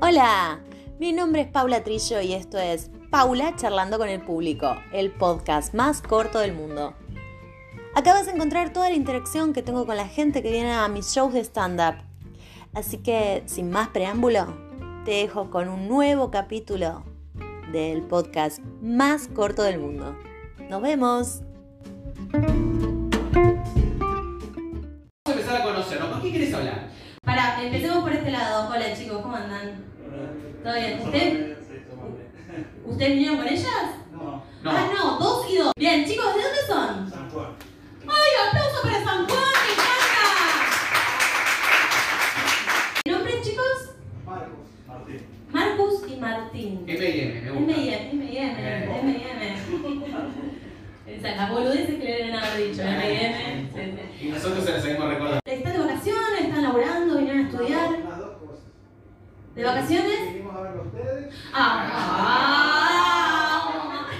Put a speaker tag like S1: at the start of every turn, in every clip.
S1: Hola, mi nombre es Paula Trillo y esto es Paula charlando con el público, el podcast más corto del mundo. Acá vas a encontrar toda la interacción que tengo con la gente que viene a mis shows de stand-up. Así que, sin más preámbulo, te dejo con un nuevo capítulo del podcast más corto del mundo. Nos vemos.
S2: Vamos a empezar a conocernos. ¿Con qué querés hablar?
S3: Pará, empecemos por este lado. Hola chicos, ¿cómo andan? ¿Todo bien? ¿Usted? ¿Ustedes vinieron con ellas?
S4: No,
S2: No.
S3: Ah, no, dos y dos. Bien, chicos, ¿de dónde son?
S4: San Juan.
S3: ¡Ay, aplauso para San Juan! ¡Me encanta! ¿Nombre, chicos?
S4: Marcos. Martín.
S3: Marcus y Martín.
S2: M&M, me gusta.
S3: M&M, M&M,
S2: Eh.
S3: M&M. Esas las boludeces que le deben haber dicho, M&M. sí, sí.
S2: Ah, Y nosotros se la seguimos recordando.
S3: ¿Están de vacaciones? ¿Están laburando? ¿Vinieron a estudiar?
S4: Las dos cosas.
S3: ¿De vacaciones?
S4: Vinimos a ver a ustedes.
S3: ¡Ah!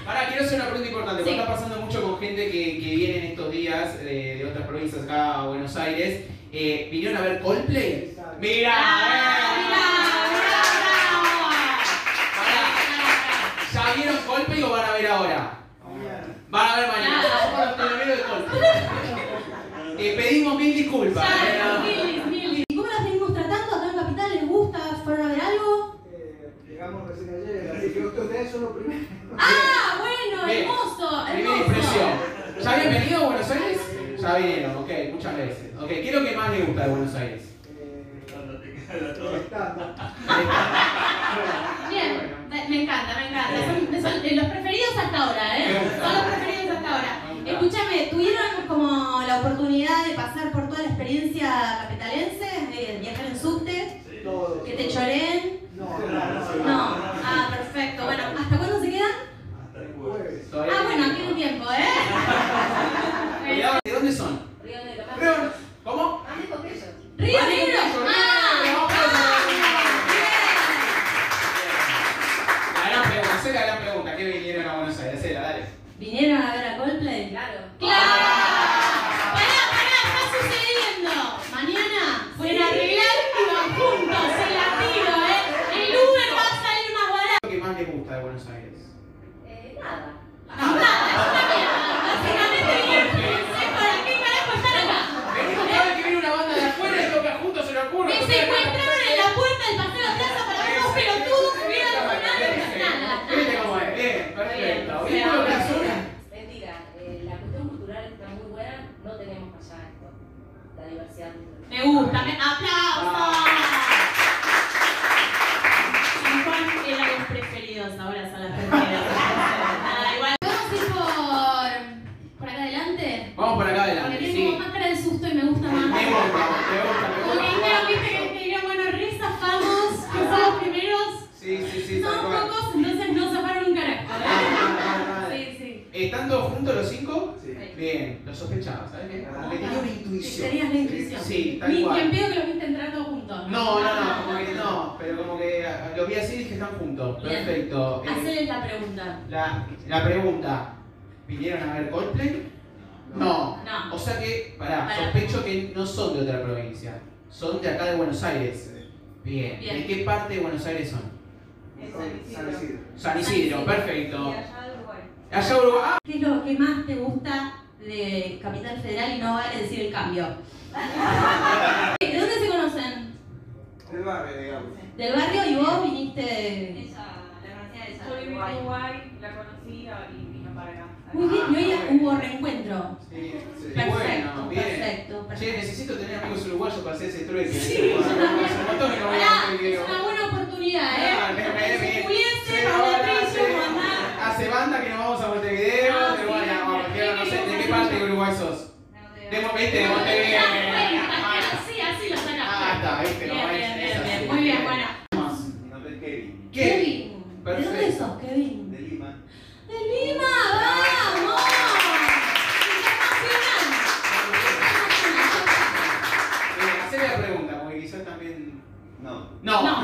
S2: Ahora quiero hacer una pregunta importante, porque
S3: Sí.
S2: está pasando mucho con gente que, que viene en estos días eh, de otras provincias acá a Buenos Aires. Eh, ¿Vinieron a ver Coldplay? ¡Mira!
S3: Ah,
S2: Pará, ¿ya vieron Coldplay o van a ver ahora?
S4: Mañana.
S2: Van a ver mañana.
S3: Nada.
S2: Somos los teloneros de Coldplay. Te pedimos mil disculpas.
S3: ¿Y cómo las venimos tratando acá en Capital? ¿Les gusta? ¿Fueron a ver algo?
S4: Eh, llegamos recién ayer, así que ustedes son los primeros.
S3: ¡Ah! Bueno, hermoso,
S2: Primera
S3: hermoso.
S2: impresión. ¿Ya habían venido a Buenos Aires? Ya vinieron, ok, muchas veces. Ok, ¿qué es lo que más les gusta de Buenos Aires?
S4: Eh, estándar.
S3: Bien, me- me encanta, me encanta. Son, son de los preferidos hasta ahora, ¿eh? Son los preferidos hasta ahora. Escúchame, ¿tuvieron como la oportunidad de pasar por toda la experiencia capitalense? De viajar en subte,
S4: Todo.
S3: que te choreen.
S4: No, no,
S3: No, ah, perfecto. Bueno, ¿hasta cuándo se quedan?
S4: Jueves.
S2: Todavía
S3: Ah,
S2: no.
S3: bueno, aquí un tiempo, ¿eh?
S2: Cuidado, ¿De dónde son?
S3: Río Negro.
S2: ¿Cómo?
S3: ¡Río Negro! ¡Ah! ¡Ah!
S2: La gran pregunta, hacé la gran pregunta, ¿qué vinieron a Buenos Aires? Hacela, dale.
S3: Bien. ¿Vinieron a ver a Coldplay?
S5: Claro.
S3: ¡Claro! ¡Pará, pará! ¡Está sucediendo! Mañana pueden arreglar y van juntos, se la tiro, ¿eh? El Uber va a salir más barato.
S2: ¿Qué es lo que más les gusta de Buenos Aires?
S5: Eh, nada.
S2: Ah,
S3: Ah, Básicamente, bien, no sé para qué carajo están acá.
S2: Venimos cada vez que viene una banda de afuera y toca juntos se le ocurre.
S3: Ah. Me secuestraron en la puerta del Paseo Plaza para ver unos pelotudos que hubieran nada, nada.
S2: Viste cómo es, bien, perfecto. ¿Viste lo que hace?
S5: Mentira, eh, la cuestión cultural está muy buena, no tenemos allá esto. La diversidad cultural.
S3: Me gusta, me... aplausos. San Juan era los preferidos, ahora son las preferidas. Nada, igual. Vamos a ir por, por acá adelante.
S2: Vamos por acá
S3: Porque
S2: adelante,
S3: tiene
S2: sí.
S3: como más cara de susto y me gusta
S2: Me
S3: más.
S2: gusta, me gusta, me
S3: Como que dijeron, viste que
S2: gusta.
S3: te dijeron, bueno, re zafamos, que son los primeros.
S2: Sí, sí, sí, tal
S3: Son
S2: cual.
S3: pocos, entonces no zafaron un carajo.
S2: Ah, ah, ah.
S3: ¿eh? Sí, sí.
S2: ¿Estando juntos los cinco?
S4: Sí.
S2: Bien, lo sospechaba, ¿sabes? bien?
S4: Ah.
S2: Le tenía una intuición.
S3: Tenías la intuición.
S2: Sí, tal
S3: Ni
S2: cual.
S3: quien pido que los viste entrando juntos.
S2: No, no, no, como que no, pero como que ah, lo vi así y dije están juntos.
S3: Bien.
S2: Perfecto. Eh,
S3: Hacerles la pregunta.
S2: la, la pregunta, ¿vinieron a ver Coldplay? No.
S3: No.
S2: O sea que, pará,
S3: Pará.
S2: sospecho que no son de otra provincia, son de acá de Buenos Aires. Bien.
S3: Bien.
S2: ¿De qué parte de Buenos Aires son?
S4: San Isidro.
S2: San
S3: San
S2: Isidro,
S3: Isidro.
S2: perfecto. Allá Uruguay.
S3: ¿Qué es Ah, lo que más te gusta de Capital Federal y no vale decir el cambio? ¿De dónde se conocen?
S4: Del barrio, digamos.
S3: ¿Del barrio y vos viniste? de-
S5: Yo viví en
S6: Uruguay, la conocí y vino para acá.
S3: Muy bien, y hoy hubo reencuentro.
S2: Sí, Ah, sí.
S3: Perfecto,
S2: Bueno, bien.
S3: perfecto,
S2: Che,
S3: perfecto.
S2: necesito tener amigos uruguayos para hacer ese trueque.
S3: Sí,
S2: Hace
S3: yo también.
S2: un montón que no voy a
S3: Pará,
S2: hacer
S3: es
S2: video.
S3: una buena oportunidad,
S2: Ah, me- me-
S3: ¿eh?
S2: me-
S3: Si pudiese,
S2: se
S3: Paula
S2: ahora hace-
S3: Trillo, mamá.
S2: Hace banda que nos vamos a Montevideo,
S3: Ah,
S2: pero
S3: sí,
S2: bueno,
S3: mira,
S2: vamos,
S3: mira,
S2: no sé,
S3: mira,
S2: ¿de qué
S3: mira.
S2: parte de Uruguay sos? De Mon- viste, de Montevideo. Ah,
S3: Así, así lo sacaste.
S2: Ah, está, viste, no
S3: Bien,
S2: es-
S3: bien,
S2: es
S3: bien,
S2: así.
S3: bien. Muy bien, bueno.
S2: ¿Qué?
S3: Kevin. ¿De
S2: Perfecto.
S3: dónde sos, Kevin?
S4: De Lima.
S3: ¡De Lima! ¡Vamos! ¡Internacional!
S2: Eh, Haceme la pregunta, porque quizás también.
S4: No.
S2: No.
S3: No.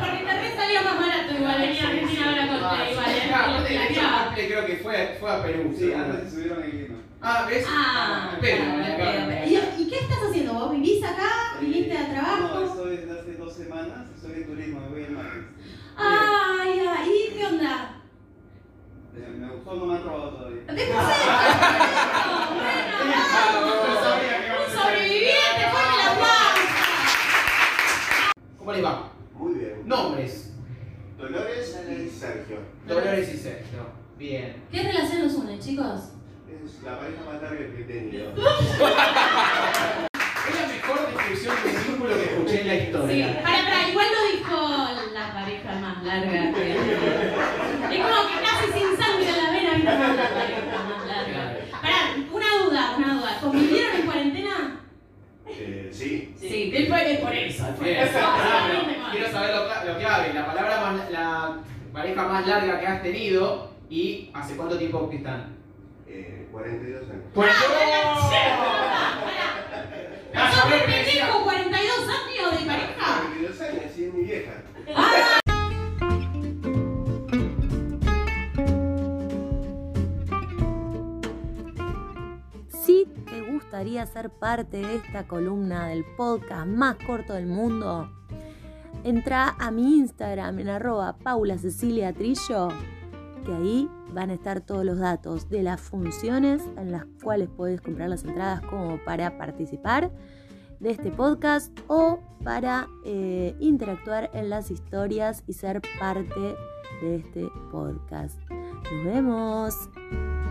S3: Por internet salía más barato igual, venía a Argentina ahora con
S2: Ah,
S3: igual, ¿eh?
S2: ah, aparte, de
S3: La
S2: hecho,
S3: clava.
S2: creo que fue, fue a Perú.
S4: Sí,
S2: seguro.
S4: antes se subieron en Lima.
S2: Ah, ¿ves?
S3: Ah,
S2: Perú,
S3: claro,
S2: acá.
S3: pero- pero- ¿Y- ¿Y qué estás haciendo vos? ¿Vivís acá? ¿Viniste a
S4: Eh, No,
S3: trabajo?
S4: estoy desde hace dos semanas.
S7: soy de turismo, me voy el martes.
S3: Ay, ay, ¿y qué onda?
S7: Eh, Me gustó, no me han robado todavía.
S3: ¿Qué pasa? Un
S2: Ah.
S3: sobreviviente, fuerte el aplauso.
S2: ¿Cómo les va?
S7: Muy bien.
S2: Nombres.
S7: Dolores y Sergio.
S2: Dolores y Sergio. Bien.
S3: ¿Qué relación nos une, chicos?
S7: Es la pareja más larga que he tenido.
S2: Es la mejor descripción de vínculo que escuché en la
S3: Sí,
S2: historia.
S3: para, para, igual lo dijo la pareja más larga que Es como que casi sin sangre en la vena, vino con la pareja más larga. Pará, una duda, una duda. ¿Convivieron en cuarentena?
S7: Eh, sí.
S3: Sí, después es por eso. es por
S2: Bien.
S3: eso.
S2: Ah, pero Quiero saber lo, cla- lo clave, la palabra más, la pareja más larga que has tenido y hace cuánto tiempo que están.
S7: Eh, 42 años.
S2: ¡Por
S3: Ah, Pará, ¿Sos un pendejo 42 años de pareja?
S7: 42 años, sí, es mi vieja.
S1: Si te gustaría ser parte de esta columna del podcast más corto del mundo, entra a mi Instagram en arroba Paula Cecilia Trillo, que ahí van a estar todos los datos de las funciones en las cuales podés comprar las entradas como para participar de este podcast o para eh, interactuar en las historias y ser parte de este podcast. Nos vemos.